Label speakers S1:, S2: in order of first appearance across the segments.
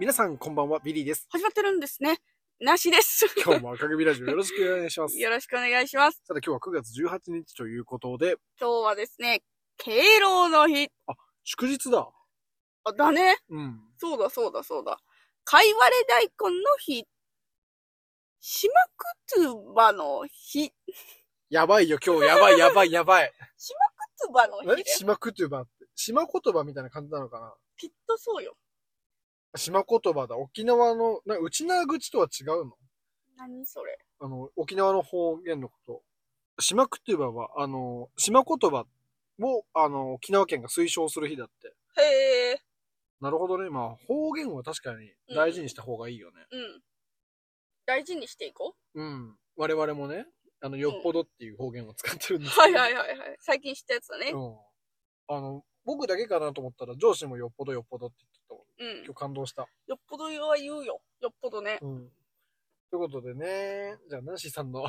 S1: 皆さんこんばんは、ビリ ーです。
S2: 始まってるんですね。なし です。
S1: 今日も赤組ラジオよろしくお願いします。
S2: よろしくお願いします。
S1: さて今日は9月18日ということで、
S2: 今日はですね、敬老の日。
S1: 祝日だ。
S2: あ、だね。
S1: うん。
S2: そうだそうだそうだ。かいわれ大根の日。しまくつばの日。く
S1: やばいよ、今日。やばい、やばい、やばい。
S2: つばの日だよ
S1: え島言葉って、島言葉みたいな感じなのかな
S2: きっとそうよ。
S1: 島言葉だ。沖縄の、な、内縄口とは違うの
S2: 何それ。
S1: あの、沖縄の方言のこと。島言葉は、あの、島言葉を、あの、沖縄県が推奨する日だって。
S2: へえ。
S1: なるほどね。まあ、方言は確かに大事にした方がいいよね。
S2: うん。大事にしてい こ
S1: うん。我々もね、あの、よっぽどっていう方言を使ってるん
S2: う。
S1: です。
S2: はいはいいはいはい。最近知ったやつだね。
S1: うん。あの、僕だけかなと思ったら、上司もよっぽどよっぽどって言ってたもん。
S2: うん。
S1: 今日感動した。
S2: よっぽどは言うよ。よっぽどね。
S1: うん。ということでね、じゃあ、ナンシーさんの、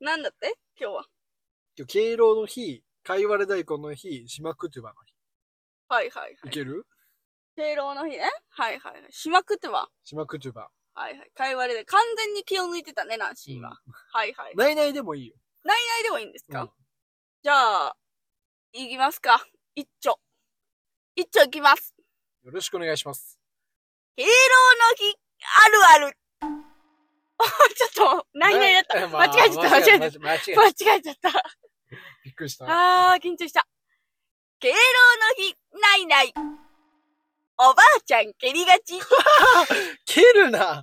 S2: なんだって今日は。
S1: 今日敬老の日、かいわれ大根の日、島くてばの日。
S2: はいはいはいい。
S1: ける
S2: 敬老の日ね。はいはいはい。しまくってば。
S1: 島くてば。
S2: はいはい。会話で完全に気を抜いてたね、ナンシーは。はいはい。
S1: ないないでもいいよ。
S2: ないでもいいんですか、
S1: うん
S2: じゃあ、いきますか。一丁。一丁いきます。
S1: よろしくお願いします。
S2: 敬老の日、あるある。 あちょっと、ないないだった。
S1: な
S2: 間違えちゃった間違えちゃっ
S1: 間違えた。
S2: 間違えちゃった。
S1: びっくりした。
S2: あー、緊張した。敬老の日、ないない。おばあちゃん蹴りがち。
S1: 蹴るな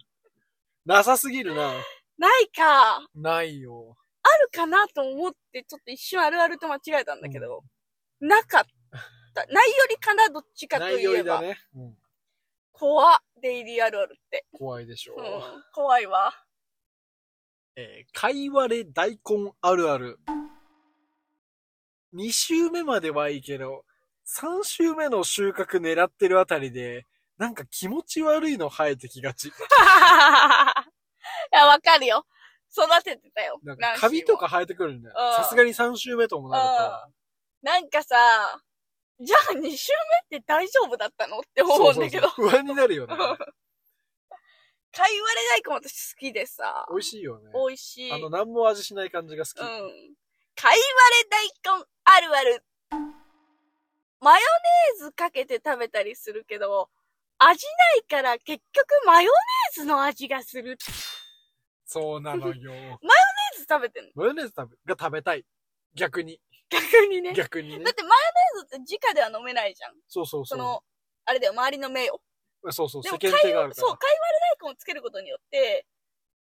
S1: なさすぎるな。
S2: ないか。あ
S1: ないよ。
S2: るかなと思って、ちょっと一瞬あるあると間違えたんだけど、なかった。ないよりかな、どっちかと
S1: ない
S2: い
S1: よ
S2: え
S1: り
S2: ば
S1: だ。ね。うん。
S2: 怖っデイリーあるあるって。
S1: 怖いでしょ
S2: うん。怖いわ。
S1: えー、かいわれ大根あるある。2週目まではいいけど、3週目の収穫狙ってるあたりで、なんか気持ち悪いの生えてき がち。
S2: いや、わかるよ。育ててたよ。
S1: なんかカビとか
S2: ナンシーも。
S1: 生えてくるんだよ
S2: う。ん
S1: さすがに3週目ともな
S2: なんかさ、じゃあ2週目って大丈夫だったのって
S1: ると。
S2: 思うんだけど。
S1: そうそうそう不安になる よね。
S2: かいわれ大根私好きでさ、
S1: 美味しいよね。
S2: 美味しい。
S1: あ
S2: うん。
S1: の、何も味しない感じが好き。
S2: かいわれ大根あるある。マヨネーズかけて食べたりするけど、味ないから結局マヨネーズの味がする。マヨネ
S1: そうなのよ。
S2: ーズ食べてんの
S1: マヨネーズ食べが食べたい。逆に。
S2: 逆にね。
S1: 逆にね
S2: だっ。てマヨネーズって直では飲めないじゃん。
S1: そうそう
S2: そ
S1: そう。
S2: の、あれだよ、周りの目を。
S1: そうそう、
S2: で
S1: 世
S2: も
S1: 間体があるか
S2: そう、
S1: ら。
S2: かいわれ大根をつけることによって、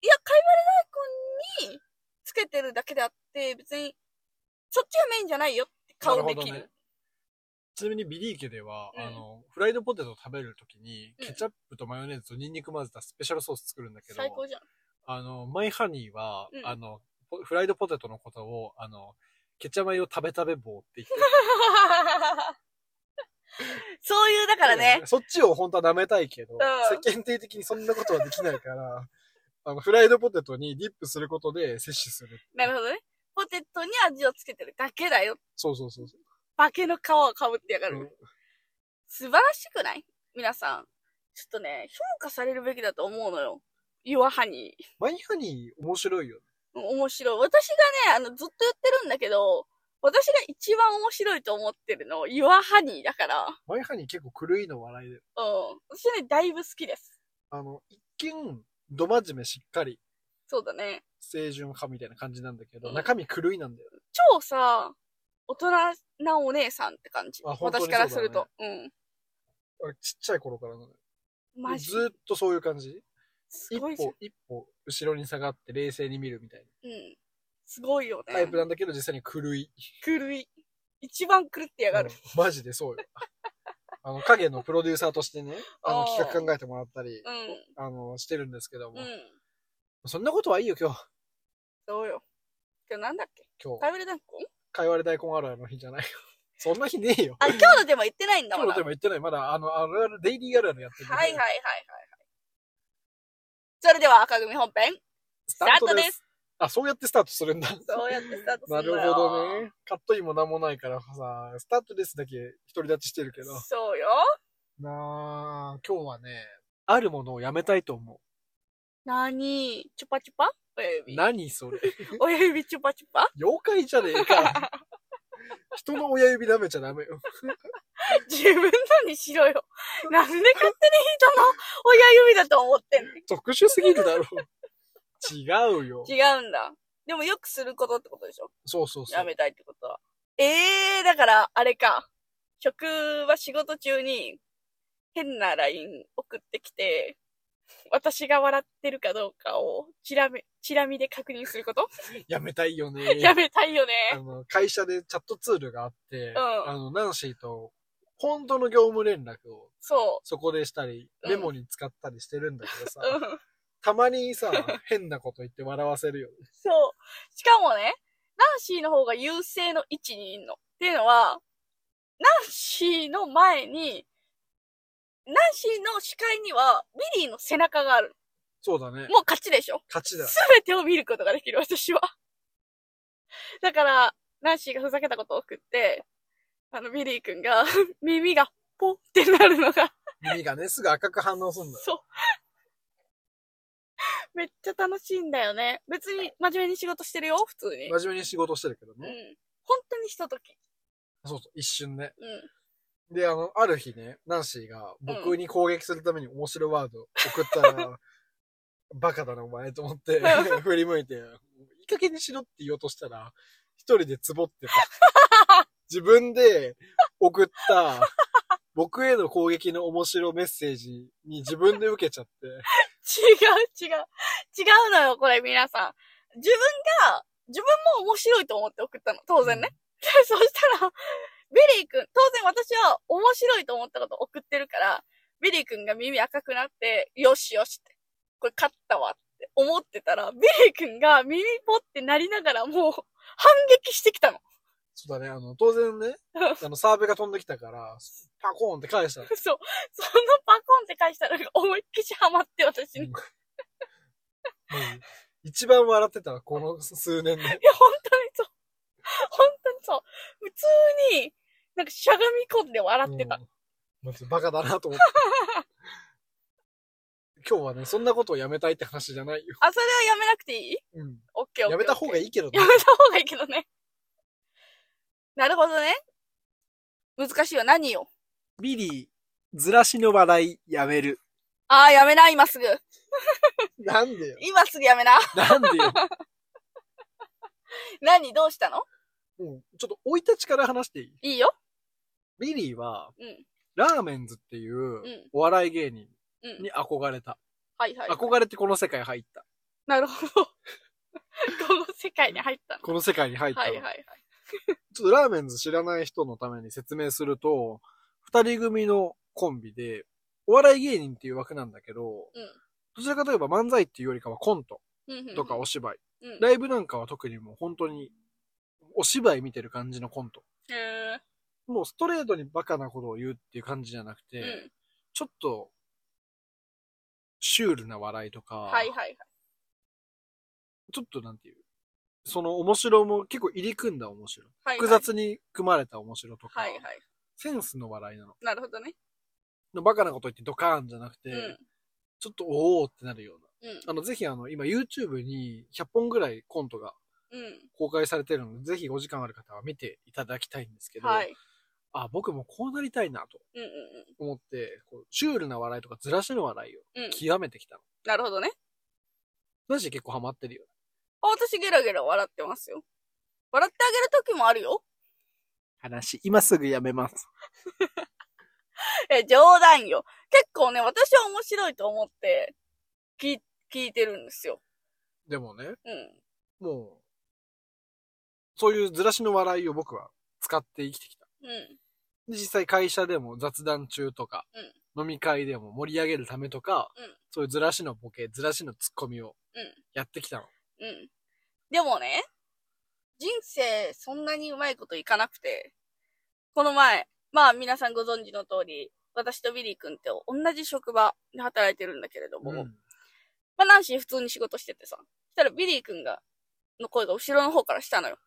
S2: いや、かいわれ大根につけてるだけであって、別に、そっちがメインじゃないよって顔でき
S1: な
S2: る。
S1: ほどねちなみにビリー家では、
S2: うん
S1: あの、フライドポテトを食べるときに、
S2: うん
S1: ケチャップとマヨネーズとニンニク混ぜたスペシャルソース作るんだけど
S2: 最、高じゃん。
S1: あの、マイハニーは、
S2: うん
S1: あの、ポフライドポテトのことを、あの、ケチャマヨ食べ食べ棒って言って。
S2: そういう、だからね、
S1: そっちを本当は舐めたいけど、
S2: ん
S1: 世間体的にそんなことはできないから、あの、フライドポテトにディップすることで摂取する。
S2: なるほどね。ポテトに味をつけてるだけだよ。
S1: そうそうそうそう。
S2: 化けの皮をかぶってやがる。
S1: うん
S2: 素晴らしくない皆さん。ちょっとね、評価されるべきだと思うのよ。岩ハニー。
S1: マイハニー面白いよね。
S2: 面白い。私がね、あの、ずっと言ってるんだけど、私が一番面白いと思ってるの、岩ハニーだから、うん。
S1: マイハニー結構狂いの笑いで。
S2: 私ね、だいぶ好きです。
S1: あの、一見、ど真面目しっかり、
S2: そうだね。
S1: 清純派みたいな感じなんだけど、
S2: うん
S1: 中身狂いなんだよ。
S2: 超さ、大人なお姉さんって感じ。
S1: あ本当
S2: 私
S1: にそう
S2: か
S1: だね
S2: らすると。
S1: あちっちゃい頃からなのよ。
S2: うん。マジ
S1: ず。ーっとそういう感じ。
S2: す
S1: 一
S2: ごいじゃん
S1: 歩。一歩後ろに下がって冷静に見るみたい
S2: うん。すごいよ
S1: なタイプ
S2: ね。
S1: なんだけど、実際に狂い。
S2: 狂い。一番狂ってやがる。
S1: うんマジでそうよ。 あの、影のプロデューサーとしてね、あ の
S2: あー
S1: 企画考えてもらったり、
S2: うん。
S1: あの、してるんですけども
S2: うん。。
S1: そんなことはいいよ、今日。
S2: そうよ。今日なんだっけ
S1: 今日、
S2: 食べれたんこ
S1: かいわれ大根あるあるの日じゃないよ。 そんな日ねえよ。
S2: あ、今日のテーマ言ってないんだ
S1: 今
S2: も
S1: 日
S2: ん。
S1: の
S2: はい
S1: テーマ言ってない。まだ、あの、あるある、デイリーあるあるやってる。
S2: はいはいはいはい。それでは赤組本編。
S1: ス
S2: スタ
S1: ター
S2: ー
S1: ト
S2: ト
S1: で。
S2: ですす。
S1: あ、そうやってスタートするんだ。
S2: そうやってスタートす
S1: な
S2: る
S1: る
S2: のよ。
S1: ほど。ね。カットインもなんもないからさ、スタートですだけ独り立ちしてるけど。
S2: そうよ。
S1: なあ、今日はね、あるものをやめたいと思
S2: なにチュパチュパ親
S1: う。
S2: 指。
S1: 何それ。
S2: 親指チュパチュパ
S1: 妖怪じゃねえか。人の親指舐めちゃダメよ。
S2: 自分のにしろよ。 なんで勝手に人の親指だと思ってんの
S1: 特殊すぎるだろう。違うよ。
S2: 違うんだ。でもよくすることってことでしょ
S1: そうそうそ
S2: や
S1: う。
S2: めたいってことは。ええー、だから、あれか。職は仕事中に、変な LINE 送ってきて、私が笑ってるかどうかを、チラめ、チラ見で確認すること
S1: やめたいよ ね。
S2: やめたいよ
S1: あ
S2: ね。
S1: の、会社でチャットツールがあって、
S2: うん
S1: あの、ナンシーと、本当の業務連絡を
S2: そ
S1: そこでしたり、
S2: うん
S1: メモに使ったりしてるんだけどさ
S2: う。、うん。
S1: たま にさ、変なこと言って笑わせるよね。
S2: そう。しかもね、ナンシーの方が優勢の位置にいんの。っていうのは、ナンシーの前に、ナンシーの視界には、ビリーの背中がある。
S1: そうだね。
S2: もう勝ちでしょ
S1: 勝ちだ。
S2: すべてを見ることができる、私は。だから、ナンシーがふざけたことを送って、あの、ビリー君が、 耳がポンってなるのが、
S1: 耳がね、すぐ赤く反応すんだよ。
S2: そう。めっちゃ楽しいんだよね。別に真面目に仕事してるよ、普通に。
S1: 真面目に仕事してるけど
S2: う
S1: ね。
S2: ん。本当にひととき。
S1: そうそう、一瞬ね。
S2: うん。
S1: で、あの、ある日ね、ナンシーが僕に攻撃するために面白いワード送った ら、バカだなお前と思って振り向いて、いい加減にしろって言おうとしたら、一人でツボっ てた。自分で送った僕への攻撃の面白メッセージに自分で受けちゃって、
S2: 違う、違う。違うのよ、これ、皆さん。自分が、自分も面白いと思って送ったの、当然ね。で そしたら、ビリー君、当然私は面白いと思ったこと送ってるから、ビリー君が耳赤くなって、よしよしって、これ勝ったわって思ってたら、ビリー君が耳ポってなりながらもう反撃してきたの。
S1: そうだね、あの、当然 ね、あの、サーベが飛んできたから、パコーンって返したの。
S2: そう。そのパコンって返したのが思いっきしハマって私に。い
S1: うんもう一番笑ってたわ、この数年で。
S2: や、本当にそう。本当にそう。普通に、なんかしゃがみ込んで笑ってた。
S1: うん。まずバカだなと思って。 今日はね、そんなことをやめたいって話じゃないよ。
S2: あ、それはやめなくていい
S1: うん。
S2: オッケーオッケー。
S1: やめた方がいいけどね
S2: や。めた方がいいけどね。なるほどね。難しいよ。何よ。
S1: ビリー、ずらしの笑い、やめる。
S2: ああ、やめな、今すぐ。
S1: なんでよ。
S2: 今すぐやめな。
S1: なんでよ。
S2: 何どうしたの
S1: うんちょっと、生い立ちから話していい
S2: いいよ。
S1: ビリーは、
S2: うん。、
S1: ラーメンズっていううんお笑い芸人
S2: うん。
S1: に憧れた。
S2: はいはい。
S1: 憧れてこの世界入った。
S2: なるほど。この世界に入ったの。
S1: この世界に入った
S2: はい
S1: の
S2: はい。はい。
S1: ちょっとラーメンズ知らない人のために説明すると、二人組のコンビで、お笑い芸人っていう枠なんだけど、
S2: うん
S1: どちらかといえば漫才っていうよりかはコント
S2: うんうんうん
S1: とかお芝居、
S2: うん。
S1: ライブなんかは特にもう本当にお芝居見てる感じのコント。
S2: へ
S1: もうストレートにバカなことを言うっていう感じじゃなくて、
S2: ーうん。
S1: ちょっとシュールな笑いとか、
S2: はいはいはい。
S1: ちょっとなんていう、その面白も結構入り組んだ面白。
S2: はいはい
S1: 複。雑に組まれた面白とか、
S2: はいはい。
S1: センスの笑いなの。
S2: なるほどね。
S1: のバカなこと言ってドカーンじゃなくて、
S2: うん。
S1: ちょっとおおってなるような。
S2: うん。
S1: あの、ぜひあの、今 YouTube に100本ぐらいコントが
S2: うん。
S1: 公開されてるので、ぜひお時間ある方は見ていただきたいんですけど、
S2: はい。
S1: あ、僕もこうなりたいなと
S2: うんうん
S1: 思って、こうシュールな笑いとかずらしの笑いを
S2: うん。うん。
S1: 極めてきたの。
S2: なるほどね。
S1: だし結構ハマってるよ。
S2: あ、私ゲラゲラ笑ってますよ。笑ってあげる時もあるよ。
S1: 話、今すぐやめます。
S2: え、冗談よ。結構ね、私は面白いと思って、聞い、聞いてるんですよ。
S1: でもね、
S2: うん。
S1: もう、そういうずらしの笑いを僕は使って生きてきた。
S2: うん。
S1: で実際会社でも雑談中とか、飲み会でも盛り上げるためとか、
S2: うん
S1: そういうずらしのボケ、ずらしのツッコミを
S2: うん
S1: やってきたの。
S2: うん。でもね、人生そんなにうまいこといかなくて、この前、まあ皆さんご存知の通り、私とビリー君って同じ職場で働いてるんだけれども、
S1: うん
S2: まあナンシー普通に仕事しててさ、そしたらビリー君が、の声が後ろの方からしたのよ。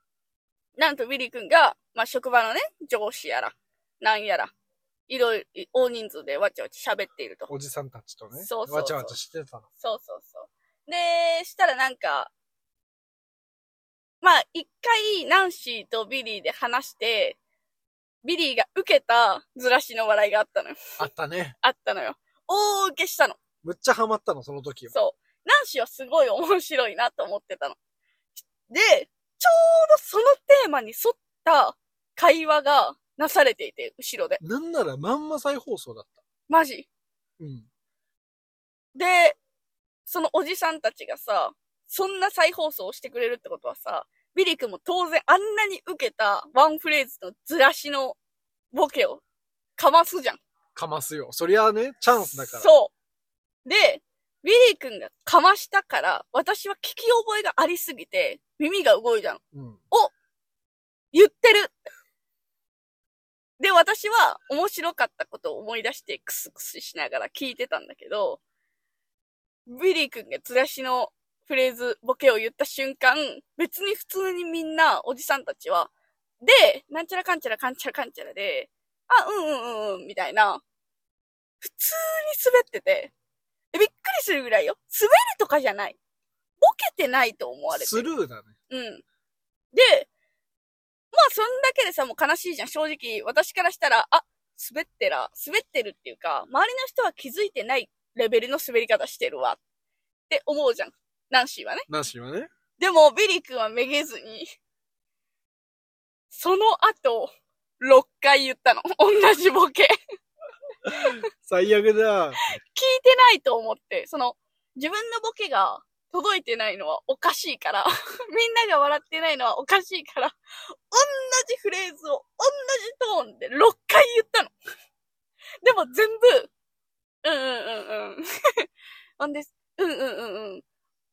S2: なんとビリー君が、まあ職場のね、上司やら、なんやら、いろいろ、大人数でわちゃわちゃ喋っていると。
S1: おじさんたちとね、
S2: そうそうそう
S1: わちゃわちゃしてたの。
S2: そうそうそう。で、したらなんか、まあ、一回、ナンシーとビリーで話して、ビリーが受けたずらしの笑いがあったのよ。
S1: あったね。
S2: あったのよ。大受けしたの。
S1: むっちゃハマったの、その時は。
S2: そう。ナンシーはすごい面白いなと思ってたの。で、ちょうどそのテーマに沿った会話がなされていて、後ろで。
S1: なんならまんま再放送だった。
S2: マジ。
S1: うん。
S2: で、そのおじさんたちがさ、そんな再放送をしてくれるってことはさ、ビリ君も当然あんなに受けたワンフレーズのずらしのボケをかますじゃん。
S1: かますよ。そりゃあね、チャンスだから。
S2: そう。で、ビリー君がかましたから、私は聞き覚えがありすぎて、耳が動いたの。
S1: う。うん。
S2: 言ってるで、私は面白かったことを思い出してクスクスしながら聞いてたんだけど、ビリー君がずらしのフレーズ、ボケを言った瞬間、別に普通にみんな、おじさんたちは、で、なんちゃらかんちゃらかんちゃらかんちゃらで、あ、うんうんうんうん、みたいな、普通に滑ってて、えびっくりするぐらいよ。滑るとかじゃない。ボケてないと思われてる
S1: スルーだね。
S2: うん。で、まあそんだけでさ、もう悲しいじゃん。正直、私からしたら、あ、滑ってら、滑ってるっていうか、周りの人は気づいてないレベルの滑り方してるわ。って思うじゃん。ナンシーはね。
S1: ナンシーはね。
S2: でも、ビリー君はめげずに、その後、6回言ったの。 同じボケ。聞い
S1: 最悪だ。
S2: てないと思って、その、自分のボケが届いてないのはおかしいから、 みんなが笑ってないのはおかしいから、同じフレーズを同じトーンで6回言ったの。でも全部、うんうんうんうん。 ほんで、うんうんうんうん。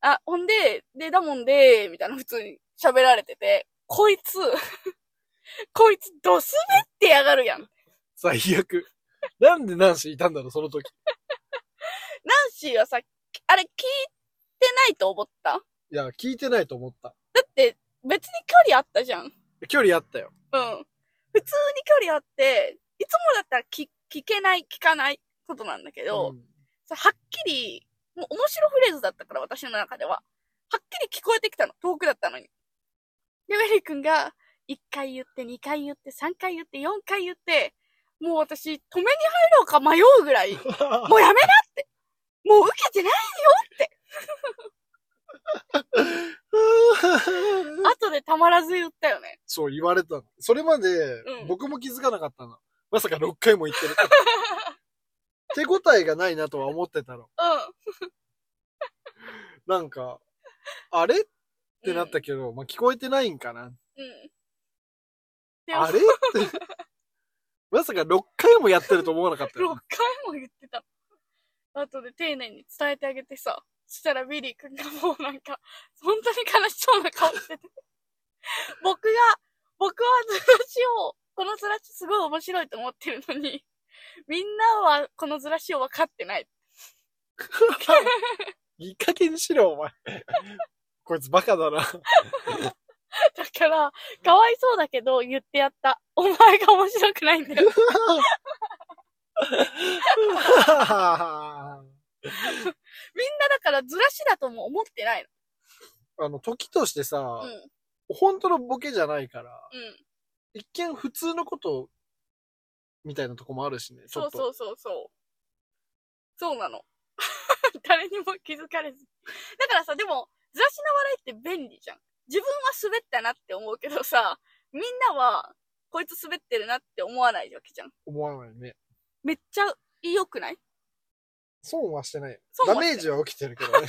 S2: あ、ほんで、で、だもんで、みたいな普通に喋られてて、こいつ、 こいつドスベってやがるやん。ナン
S1: 最悪。 なんでナンシーいたんだろう、その時。
S2: シーはさ、あれ聞いてないと思っただ
S1: いや、聞いてないと思った。
S2: って別に距離あったじゃん。うん。
S1: 距離あったよ。
S2: 普通に距離あって、いつもだったら聞聞けない、聞かないことなんだけど、
S1: ん
S2: さはっきり、もう面白フレーズだったから、私の中では。はっきり聞こえてきたの。遠くだったのに。で、メリー君が、1回言って、2回言って、3回言って、4回言って、もう私、止めに入ろうか迷うぐら い、 もうやめなってもう受けてない後でたまらず言ったよね。
S1: そう言われたの。それまで
S2: う、ん
S1: 僕も気づかなかったの。まさか6回も言って る。手応えがないなとは思ってたの。
S2: う
S1: なんか、あれって
S2: ん。
S1: なったけど、まあ、聞こえてないんかな。
S2: うん。でも
S1: あれって。まさか6回もやってると思わなかっ
S2: 6
S1: た
S2: 回
S1: よ。
S2: も言ってたの。後で丁寧に伝えてあげてさ。そしたらビリー君がもうなんか、本当に悲しそうな顔してて。 僕が、僕はずらしを、このずらしすごい面白いと思ってるのに、みんなはこのずらしを分かってない。
S1: いい加減にしろ、お前。こいつバカ だな。
S2: だから、かわいそうだけど言ってやった。お前が面白くないんだよ。
S1: あ
S2: みんなだからずらしだとも思ってない
S1: の、時として
S2: の。
S1: さ
S2: う、ん。うん。
S1: 本当のボケじゃないから、一見普通のこと、みたいなとこもあるしね。ちょ
S2: そ
S1: っ
S2: う
S1: と
S2: そうそうそう。そうなの。 誰にも気づかれず。だからさ、でも、雑誌の笑いって便利じゃん。自分は滑ったなって思うけどさ、みんなは、こいつ滑ってるなって思わないわけじゃん。
S1: 思わないね。
S2: めっちゃ良くない
S1: 損はしてないよ。
S2: 損は
S1: ダ
S2: してない
S1: メージは起きてるけどね。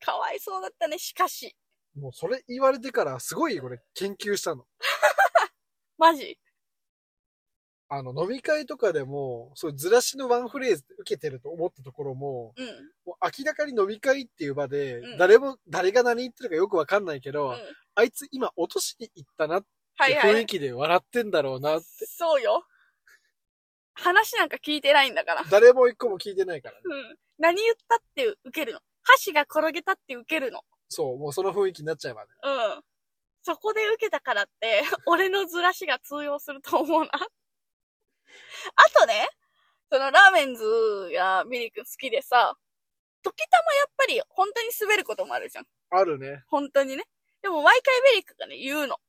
S2: かわいそうだったね、しかし。
S1: もうそれ言われてから、すごいこれ研究したの。
S2: マジ。
S1: あの、飲み会とかでも、そういうずらしのワンフレーズで受けてると思ったところも、
S2: うん。
S1: もう明らかに飲み会っていう場で、
S2: うん
S1: 誰も、誰が何言ってるかよくわかんないけど、
S2: うん
S1: あいつ今落としに行ったなって
S2: はいは
S1: 雰囲
S2: い。
S1: 気で笑ってんだろうな、
S2: そうよ。話なんか聞いてないんだから。
S1: 誰も一個も聞いてないからね。
S2: うん。何言ったって受けるの。箸が転げたって受けるの。
S1: そう、もうその雰囲気になっちゃえばね。
S2: うん。そこで受けたからって、 俺のずらしが通用すると思うな。あとね、そのラーメンズやミリ君好きでさ、時たまやっぱり本当に滑ることもあるじゃん。
S1: あ るね。
S2: 本当にね。でも毎回メリックがね、言うの。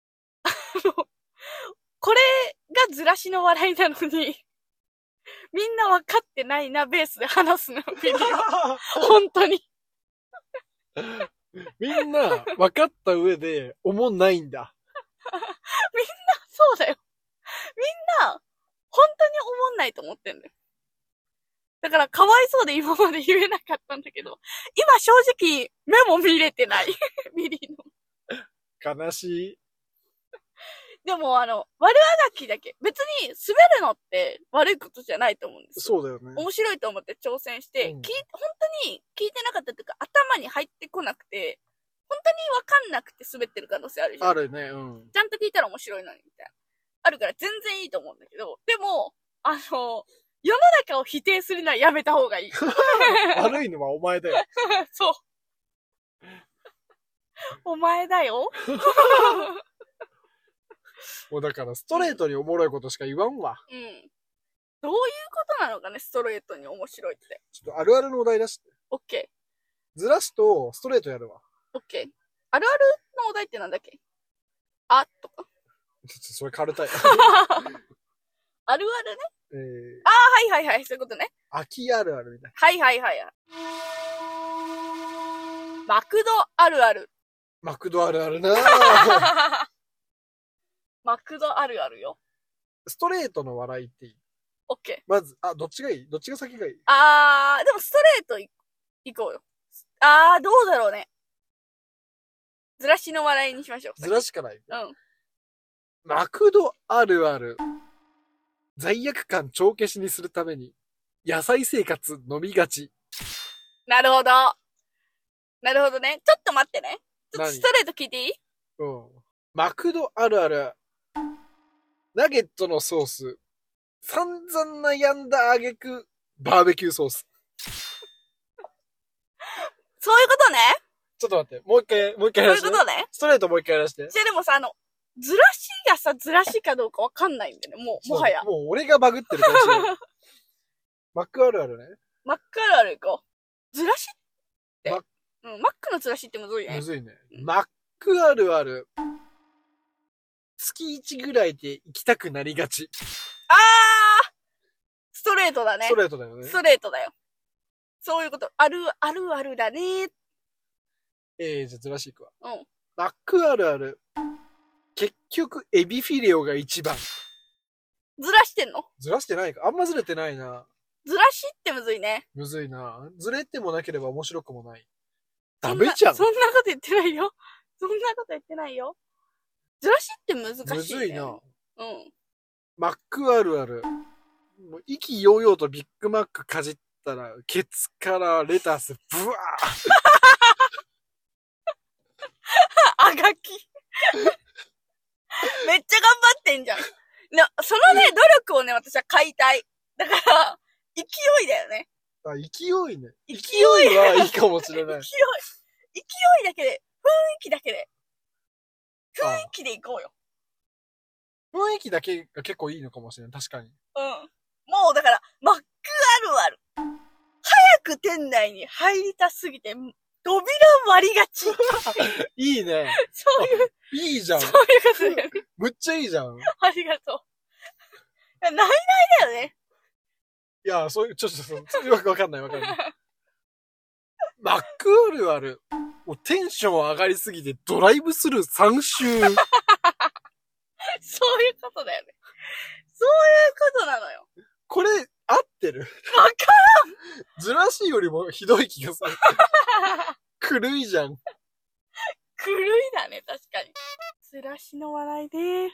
S2: あの、これがずらしの笑いなのに、みんな分かってないなベースで話すのよ、みんな本当に。
S1: みんな分かった上で、おもんないんだ。
S2: そうだよ。みんな、本当に思んないと思ってんだよ。だから、かわいそうで今まで言えなかったんだけど、今正直、目も見れてない。 ミリの。
S1: 悲し
S2: でも、あの、悪あがきだけ。別に、滑るのって悪いことじゃないと思うんで
S1: い。
S2: すよ
S1: そうだよね。
S2: 面白いと思って挑戦して、
S1: うん
S2: 聞い本当に聞いてなかったというか、頭に入ってこなくて、本当にわかんなくて滑ってる可能性あるじゃん。
S1: あるね、 うん。
S2: ちゃんと聞いたら面白いのに、みたいな。あるから全然いいと思うんだけど、でも、あの、世の中を否定するのはやめた方がいい。
S1: 悪いのはお前だよ。
S2: そう。お前だよ。
S1: もうだから、ストレートにおもろいことしか言わんわ。
S2: うん。どういうことなのかね、ストレートに面白いって。
S1: ちょっとあるあるのお題出して。
S2: オッケ
S1: ずらすと、ストレートやるわ。
S2: ー、オッケー。あるあるのお題ってなんだっけあ、とか。
S1: ちょっとそれカルタや。
S2: あるあるね。
S1: えー、
S2: あ、はいはいはい、そういうことね。
S1: 秋あるあるみたい
S2: はいはいはい。マクドあるある。
S1: な。マクドあるあるなぁ
S2: マクドあるあるよ。
S1: ストレートの笑いっていい。
S2: オッケー。
S1: まず、あ、どっちがいいどっちが先がいい
S2: あー、でもストレートい行こうよ。あー、どうだろうね。ずらしの笑いにしましょう。
S1: ずらしかない。
S2: うん。
S1: マクドあるある。罪悪感帳消しにするために、野菜生活飲みがち。
S2: なるほど。なるほどね。ちょっと待ってね。ちょっと
S1: 何
S2: ストレート聞いていい
S1: うん。マクドあるある。ナゲットのソース。散々悩んだ挙句、バーベキューソース。
S2: そういうことね。
S1: ちょっと待って、もう一回、もう一回
S2: そうい
S1: やら
S2: う
S1: して
S2: こ
S1: ね。
S2: とね。
S1: ストレートもう一回やらして。
S2: じゃあでもさ、あの、ずらしがさ、ずらしかどうかわかんないんだよね。もう、もはや
S1: そ。うもう俺がバグってるかもし れない。マックあるあるね。
S2: マックあるある行こう。ずらしって。
S1: マッ
S2: うん、マックのずらしってむずいね
S1: む。ずいね。マックあるある。月1ぐらいで行きたくなりがち。
S2: あーストレートだね
S1: スト。レートだよね
S2: ス。トレートだよ。そういうこと。ある、あるあるだねーって
S1: えー、じゃあずらしいくわ。
S2: うん。
S1: マックあるある。結局、エビフィレオが一番。
S2: ずらしてんの
S1: ずらしてないかあんまずれてないな。
S2: ずらしってむずいね。
S1: むずいな。ずれてもなければ面白くもない。
S2: そ
S1: ダ
S2: ん
S1: メ
S2: な
S1: じゃん
S2: そ。んなこと言ってないよ。そんなこと言ってないよ。ずらしって難しい、ね。
S1: むずいな。
S2: うん。
S1: マックあるある。もう意気揚々とビッグマックかじったら、ケツからレタス、ブワー
S2: ああがき。 めっちゃ頑張ってんじゃん。なそのね、努力をね、私は買いたい。だから、勢いだよね。
S1: あ勢いね。
S2: 勢い
S1: 勢いはいいかもしれ
S2: 勢
S1: ない
S2: い。。勢いだけで、雰囲気だけで、
S1: あ
S2: 雰囲気でいこうよ。
S1: 雰囲気だけが結構いいのかもしれない。確か
S2: う
S1: に。
S2: ん。もうだから、マックあるある。早く店内に入りたすぎて、扉を割りがち。そう
S1: いいね。
S2: いう、
S1: いいじゃん
S2: そ。ういうことだよね。
S1: むっちゃいいじゃん。い
S2: ありがとう。ないないだよね。
S1: や、そういう、ちょっとそう、それわかんないわかんない。 マックあるある。もうテンション上がりすぎてドライブスルー3周。
S2: そういうことだよね。そういうことなのよ。
S1: これ、合ってる
S2: わ
S1: ずらしいよりもひどい気が する。
S2: かる。
S1: 狂いじゃん。
S2: 狂いだね、確かに。ずらしの笑いで。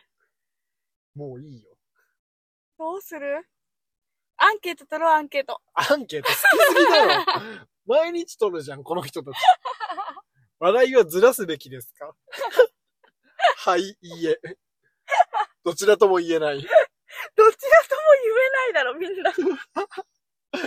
S1: もういいよ。
S2: どうするアンケート取ろう、アンケート。
S1: アンケート好きすぎだろ。毎日撮るじゃん、こ の人たち。笑いはずらすべきですか はい、いいえ。どちらとも言えない。
S2: どちらとも言えないだろ、みんな。だ って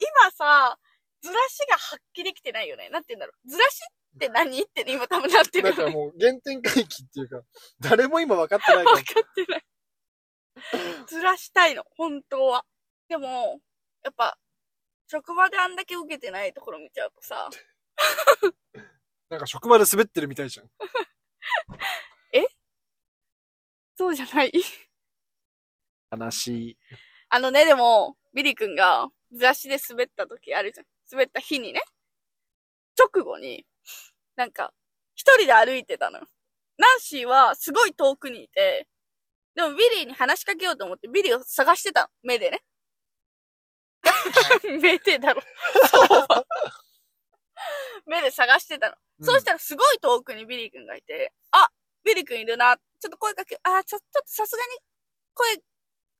S2: 今さ、ずらしがはっきりきてないよね。なんて言うんだろう。ずらしっって何って今多分なってる
S1: だ
S2: よ
S1: から
S2: ね。
S1: もう原点回帰っていうか、誰も今分かってないか
S2: わ
S1: ら
S2: か。ってない。ずらしたいの、本当は。でも、やっぱ、職場であんだけ受けてないところ見ちゃうとさ、
S1: なんか職場で滑ってるみたいじゃん。
S2: そうじゃない。
S1: 悲しい。
S2: あのね、でも、ビリ君が雑誌で滑った時あるじゃん。滑った日にね、直後に、なんか、一人で歩いてたのよ。ナンシーはすごい遠くにいて、でもビリーに話しかけようと思ってビリーを探してたの。目でね。 目でだろ。 目で探してたの。そうしたらすごい遠くにビリー君がいて、あ、ビリー君いるな。ちょっと声かけ、あ、ちょ、ちょっとさすがに声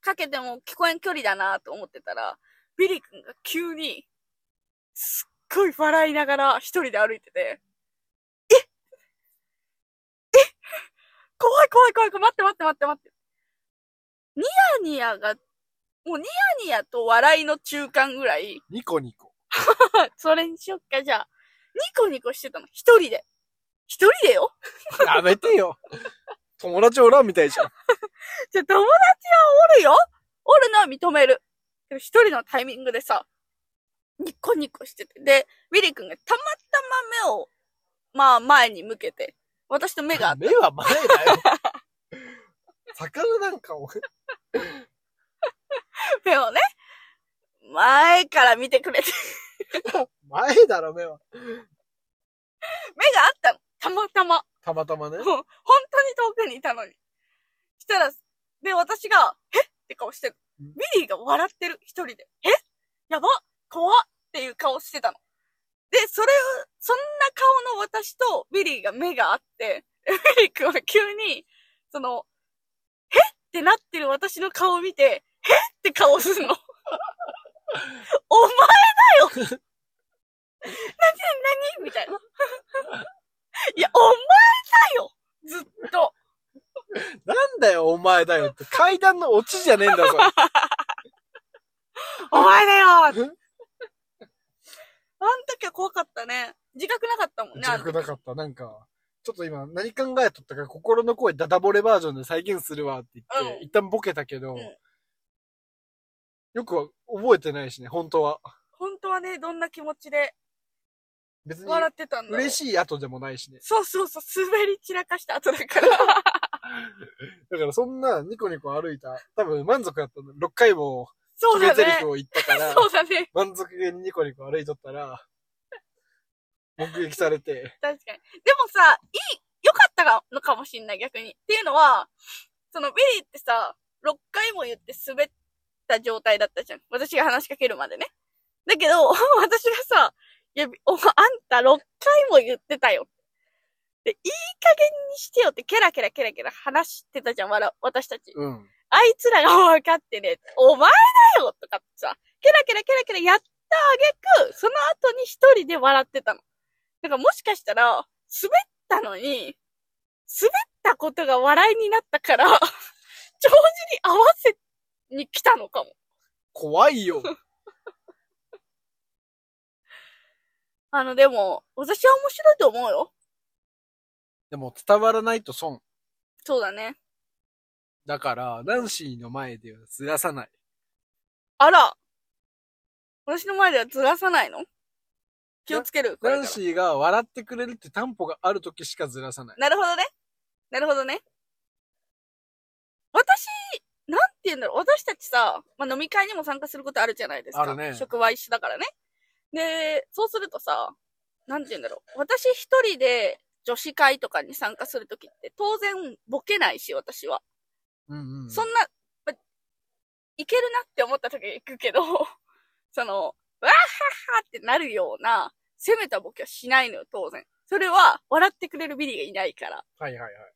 S2: かけても聞こえん距離だなと思ってたら、ビリー君が急に、すっごい笑いながら一人で歩いてて、ええ怖い怖い怖い怖い、待って待って待って待って。ニヤニヤが、もうニヤニヤと笑いの中間ぐらい、
S1: ニコニコ。
S2: それにしよっか、じゃあ。ニコニコしてたの、一人で。一人でよ
S1: やめてよ。友達おらんみたいじゃん。
S2: じゃあ友達はおるよおるのは認める。でも一人のタイミングでさ、ニコニコしてて。で、ウィリー君がたまたま目を、まあ前に向けて、私と目が合 って、
S1: 目は前だよ。 魚なんかお
S2: 目をね、前から見てくれて、
S1: 前だろ、目は。
S2: 目があったの。たまたま。
S1: たまたまね
S2: もう。 本当に遠くにいたのに。したら、で、私が、えって顔してる。
S1: うん
S2: ミリーが笑ってる、一人で。えやば怖っっていう顔してたの。で、それを、そんな顔の私とミリーが目があって、ミリー君は急に、その、えってなってる私の顔を見て、えって顔す るの。お前だよ何何みたいな。いや、お前だよずっと。
S1: なんだよ、お前だよって。階段のオチじゃねえ んだぞ。
S2: お前だよあん
S1: え
S2: 時は怖かったね。自覚なかったもんね。
S1: 自覚なかった。なんか、ちょっと今何考えとったか心の声ダダボレバージョンで再現するわって言って、
S2: うん
S1: 一旦ボケたけど、
S2: うん
S1: よくは覚えてないしね、本当は。
S2: 本当はね、どんな気持ちで
S1: 別に
S2: 笑ってたんだろう
S1: 嬉しい後でもないしね。
S2: そうそうそう、滑り散らかした後だ から。
S1: だからそんなニコニコ歩いた、多分満足だったの。6回も
S2: そうだ
S1: 決め台
S2: ね
S1: 詞。を言ったから、
S2: そうだね。
S1: 満足げにニコニコ歩いとったら、目撃されて、
S2: 確かに。でもさ、いい、良かったかのかもしんない、逆に。っていうのは、そのビリーってさ、6回も言って滑った状態だったじゃん。私が話しかけるまでね。だけど、 私がさ、いや、お前、あんた6回も言ってたよ。で、いい加減にしてよってケラケラケラケラ話してたじゃん、わら私たち。
S1: うん。
S2: あいつらが分かってねえ、お前だよとかってさ、ケラケラケラケラやったあげく、その後に一人で笑ってたの。だからもしかしたら、滑ったのに、滑ったことが笑いになったから、 長寿に合わせに来たのかも。
S1: 怖いよ。
S2: あの、でも、私は面白いと思うよ。
S1: でも伝わらないと損。
S2: そうだね。
S1: だから、ナンシーの前ではずらさない。
S2: あら、私の前ではずらさないの気をつける。これ
S1: ナ
S2: から
S1: ンシーが笑ってくれるって担保がある時しかずらさない。
S2: なるほどね。なるほどね。私、なんて言うんだろう。私たちさ、まあ、飲み会にも参加することあるじゃないですか。
S1: あるね
S2: 職場一緒だからね。で、そうするとさ、なんて言うんだろう。私一人で女子会とかに参加するときって、当然ボケないし、私は。
S1: うんうん。
S2: そんな、まいけるなって思った時は行くけど、 その、わーはっはってなるような、攻めたボケはしないのよ、当然。それは、笑ってくれるビリーがいないから。
S1: はいはいはい。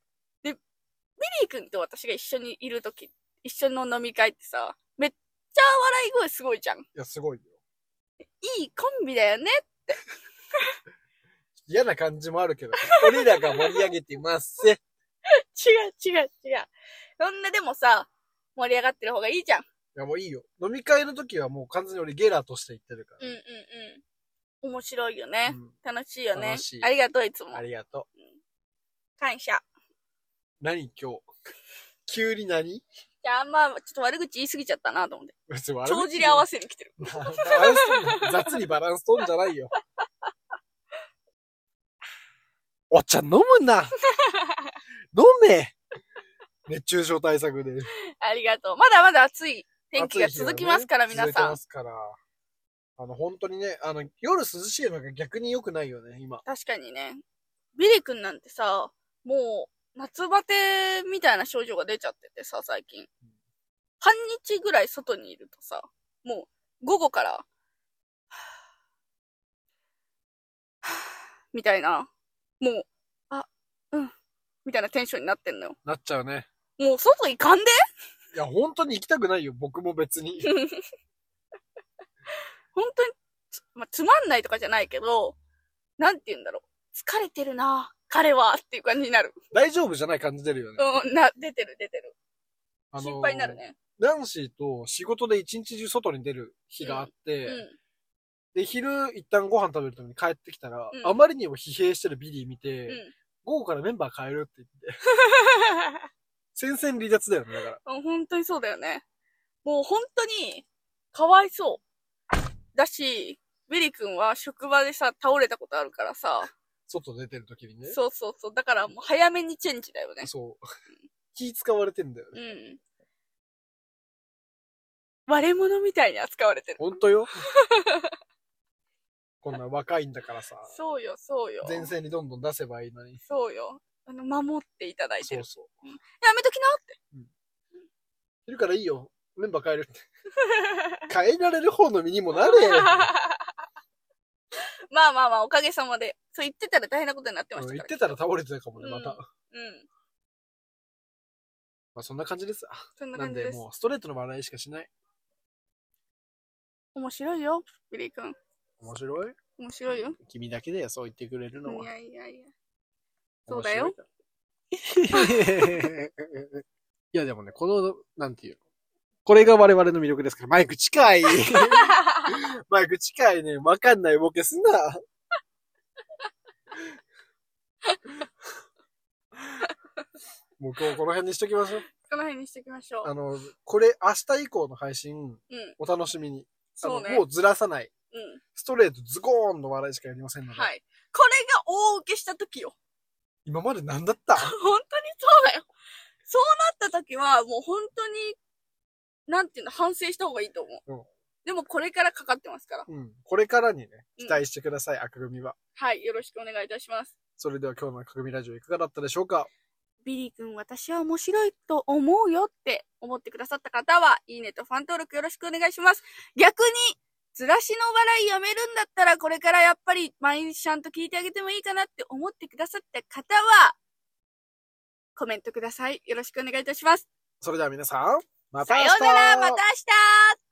S2: リー君と私が一緒にいるとき、一緒の飲み会ってさ、めっちゃ笑い声すごいじゃん。
S1: いや、すごいよ。
S2: いいコンビだよね。
S1: 嫌な感じもある けど、俺らが盛り上げてますぜ。
S2: 違う違う違う。そんなでもさ、盛り上がってる方がいいじゃん。
S1: いや、もういいよ。飲み会の時はもう完全に俺ゲラとして言ってるか
S2: うん
S1: ら。
S2: うんうん。面白いよね。
S1: うん
S2: 楽しいよね
S1: 楽し。い
S2: ありがとう、いつも
S1: あ。りがとう。
S2: 感謝。
S1: 何今日。 急に何
S2: いや、まあ、ちょっと悪口言いすぎちゃったなと思って。
S1: 別に悪口
S2: 帳尻合わせに来てる。
S1: バランス取ん雑にバランス取んじゃないよ。お茶飲むな飲め熱中症対策で。
S2: ありがとう。まだまだ暑い天気が
S1: 暑い日は
S2: 続き
S1: ね
S2: ますから、皆
S1: 続いて
S2: さ
S1: ま
S2: ん。
S1: すから。あの、本当にね、あの、夜涼しいのが逆に良くないよね、今。
S2: 確かにね。ビリ君なんてさ、もう、夏バテみたいな症状が出ちゃっててさ、最近。半日ぐらい外にいるとさ、もう、午後から、はぁは ぁみたいな、もう、あ、うん、みたいなテンションになってんのよ。
S1: なっちゃうね。
S2: もう外行かんで
S1: いや、本当に行きたくないよ、僕も 別に。
S2: 本当につ、まあ、つまんないとかじゃないけど、なんて言うんだろう。疲れてるな彼はっていう感じになる。
S1: 大丈夫じゃない感じ出るよね。
S2: うん、な、出てる出てる。
S1: あの
S2: 心配になる。ね。
S1: ナンシーと仕事で一日中外に出る日があって、
S2: う
S1: で、昼一旦ご飯食べるために帰ってきたら、
S2: うん
S1: あまりにも疲弊してるビリー見て、
S2: うん
S1: 午後からメンバー変えるって言って、戦線離脱だよね、だから。
S2: んうん。本当にそうだよね。もう本当に、かわいそう。だし、ウィリ君は職場でさ、倒れたことあるからさ、
S1: 外出てる時にね。
S2: そうそうそう。だからもう早めにチェンジだよね。
S1: そう。 気使われてんだよ
S2: う
S1: ね。
S2: ん。割れ物みたいに扱われてる。
S1: ほんと よ。こんな若いんだからさ、
S2: そうよ、そうよ。
S1: 前線にどんどん出せばいいのに。
S2: そうよ。あの、守っていただいて
S1: そ
S2: る
S1: う。そう。
S2: やめときなって。
S1: いるからいいよ。メンバー変える って。変えられる方の身にもなれ。
S2: まあまあまあ、おかげさまで。そう言ってたら大変なことになってま
S1: う
S2: し
S1: ん
S2: た
S1: 言
S2: か
S1: っ
S2: ら。
S1: てたら倒れてたかもね、
S2: うん
S1: また。
S2: うん。
S1: まあそんな感じです。
S2: そんな
S1: なん
S2: 感じ
S1: で
S2: です。
S1: もうストレートの笑いしかしない。
S2: 面白いよ、ビリー君。
S1: 面白い
S2: 面白いよ。
S1: 君だけだよ、そう言ってくれるの
S2: い
S1: は。
S2: やいや いや。そうだよ
S1: 面白いから。 いや、でもね、この、なんていうの。これが我々の魅力ですから、マイク 近いマイク近いね。わかんないボケす んな。もう今日この辺にしときましょう。
S2: この辺にしていきましょ
S1: あ
S2: う。
S1: の、これ明日以降の配
S2: う
S1: 信、
S2: ん。
S1: お楽しみに。あ
S2: そ
S1: の
S2: うね。
S1: もうずらさない。
S2: うん。
S1: ストレートズゴーンの笑いしかやりませんので。
S2: はい。これが大受けした時よ。
S1: 今まで何だった
S2: 本当にそうだよ。そうなった時は、もう本当に、なんていうの、反省した方がいいと思う。
S1: うん
S2: でもこれからかかってますから。
S1: うん。これからにね、
S2: うん
S1: 期待してください、赤組は。
S2: はい。よろしくお願いいたします。
S1: それでは今日の赤組ラジオいかがだったでしょうか
S2: ビリー君、私は面白いと思うよって思ってくださった方は、いいねとファン登録よろしくお願いします。逆に、ずらしの笑いやめるんだったら、これからやっぱり毎日ちゃんと聞いてあげてもいいかなって思ってくださった方は、コメントください。よろしくお願いいたします。
S1: それでは皆さん、また
S2: さ
S1: 明日
S2: ようなら、また明日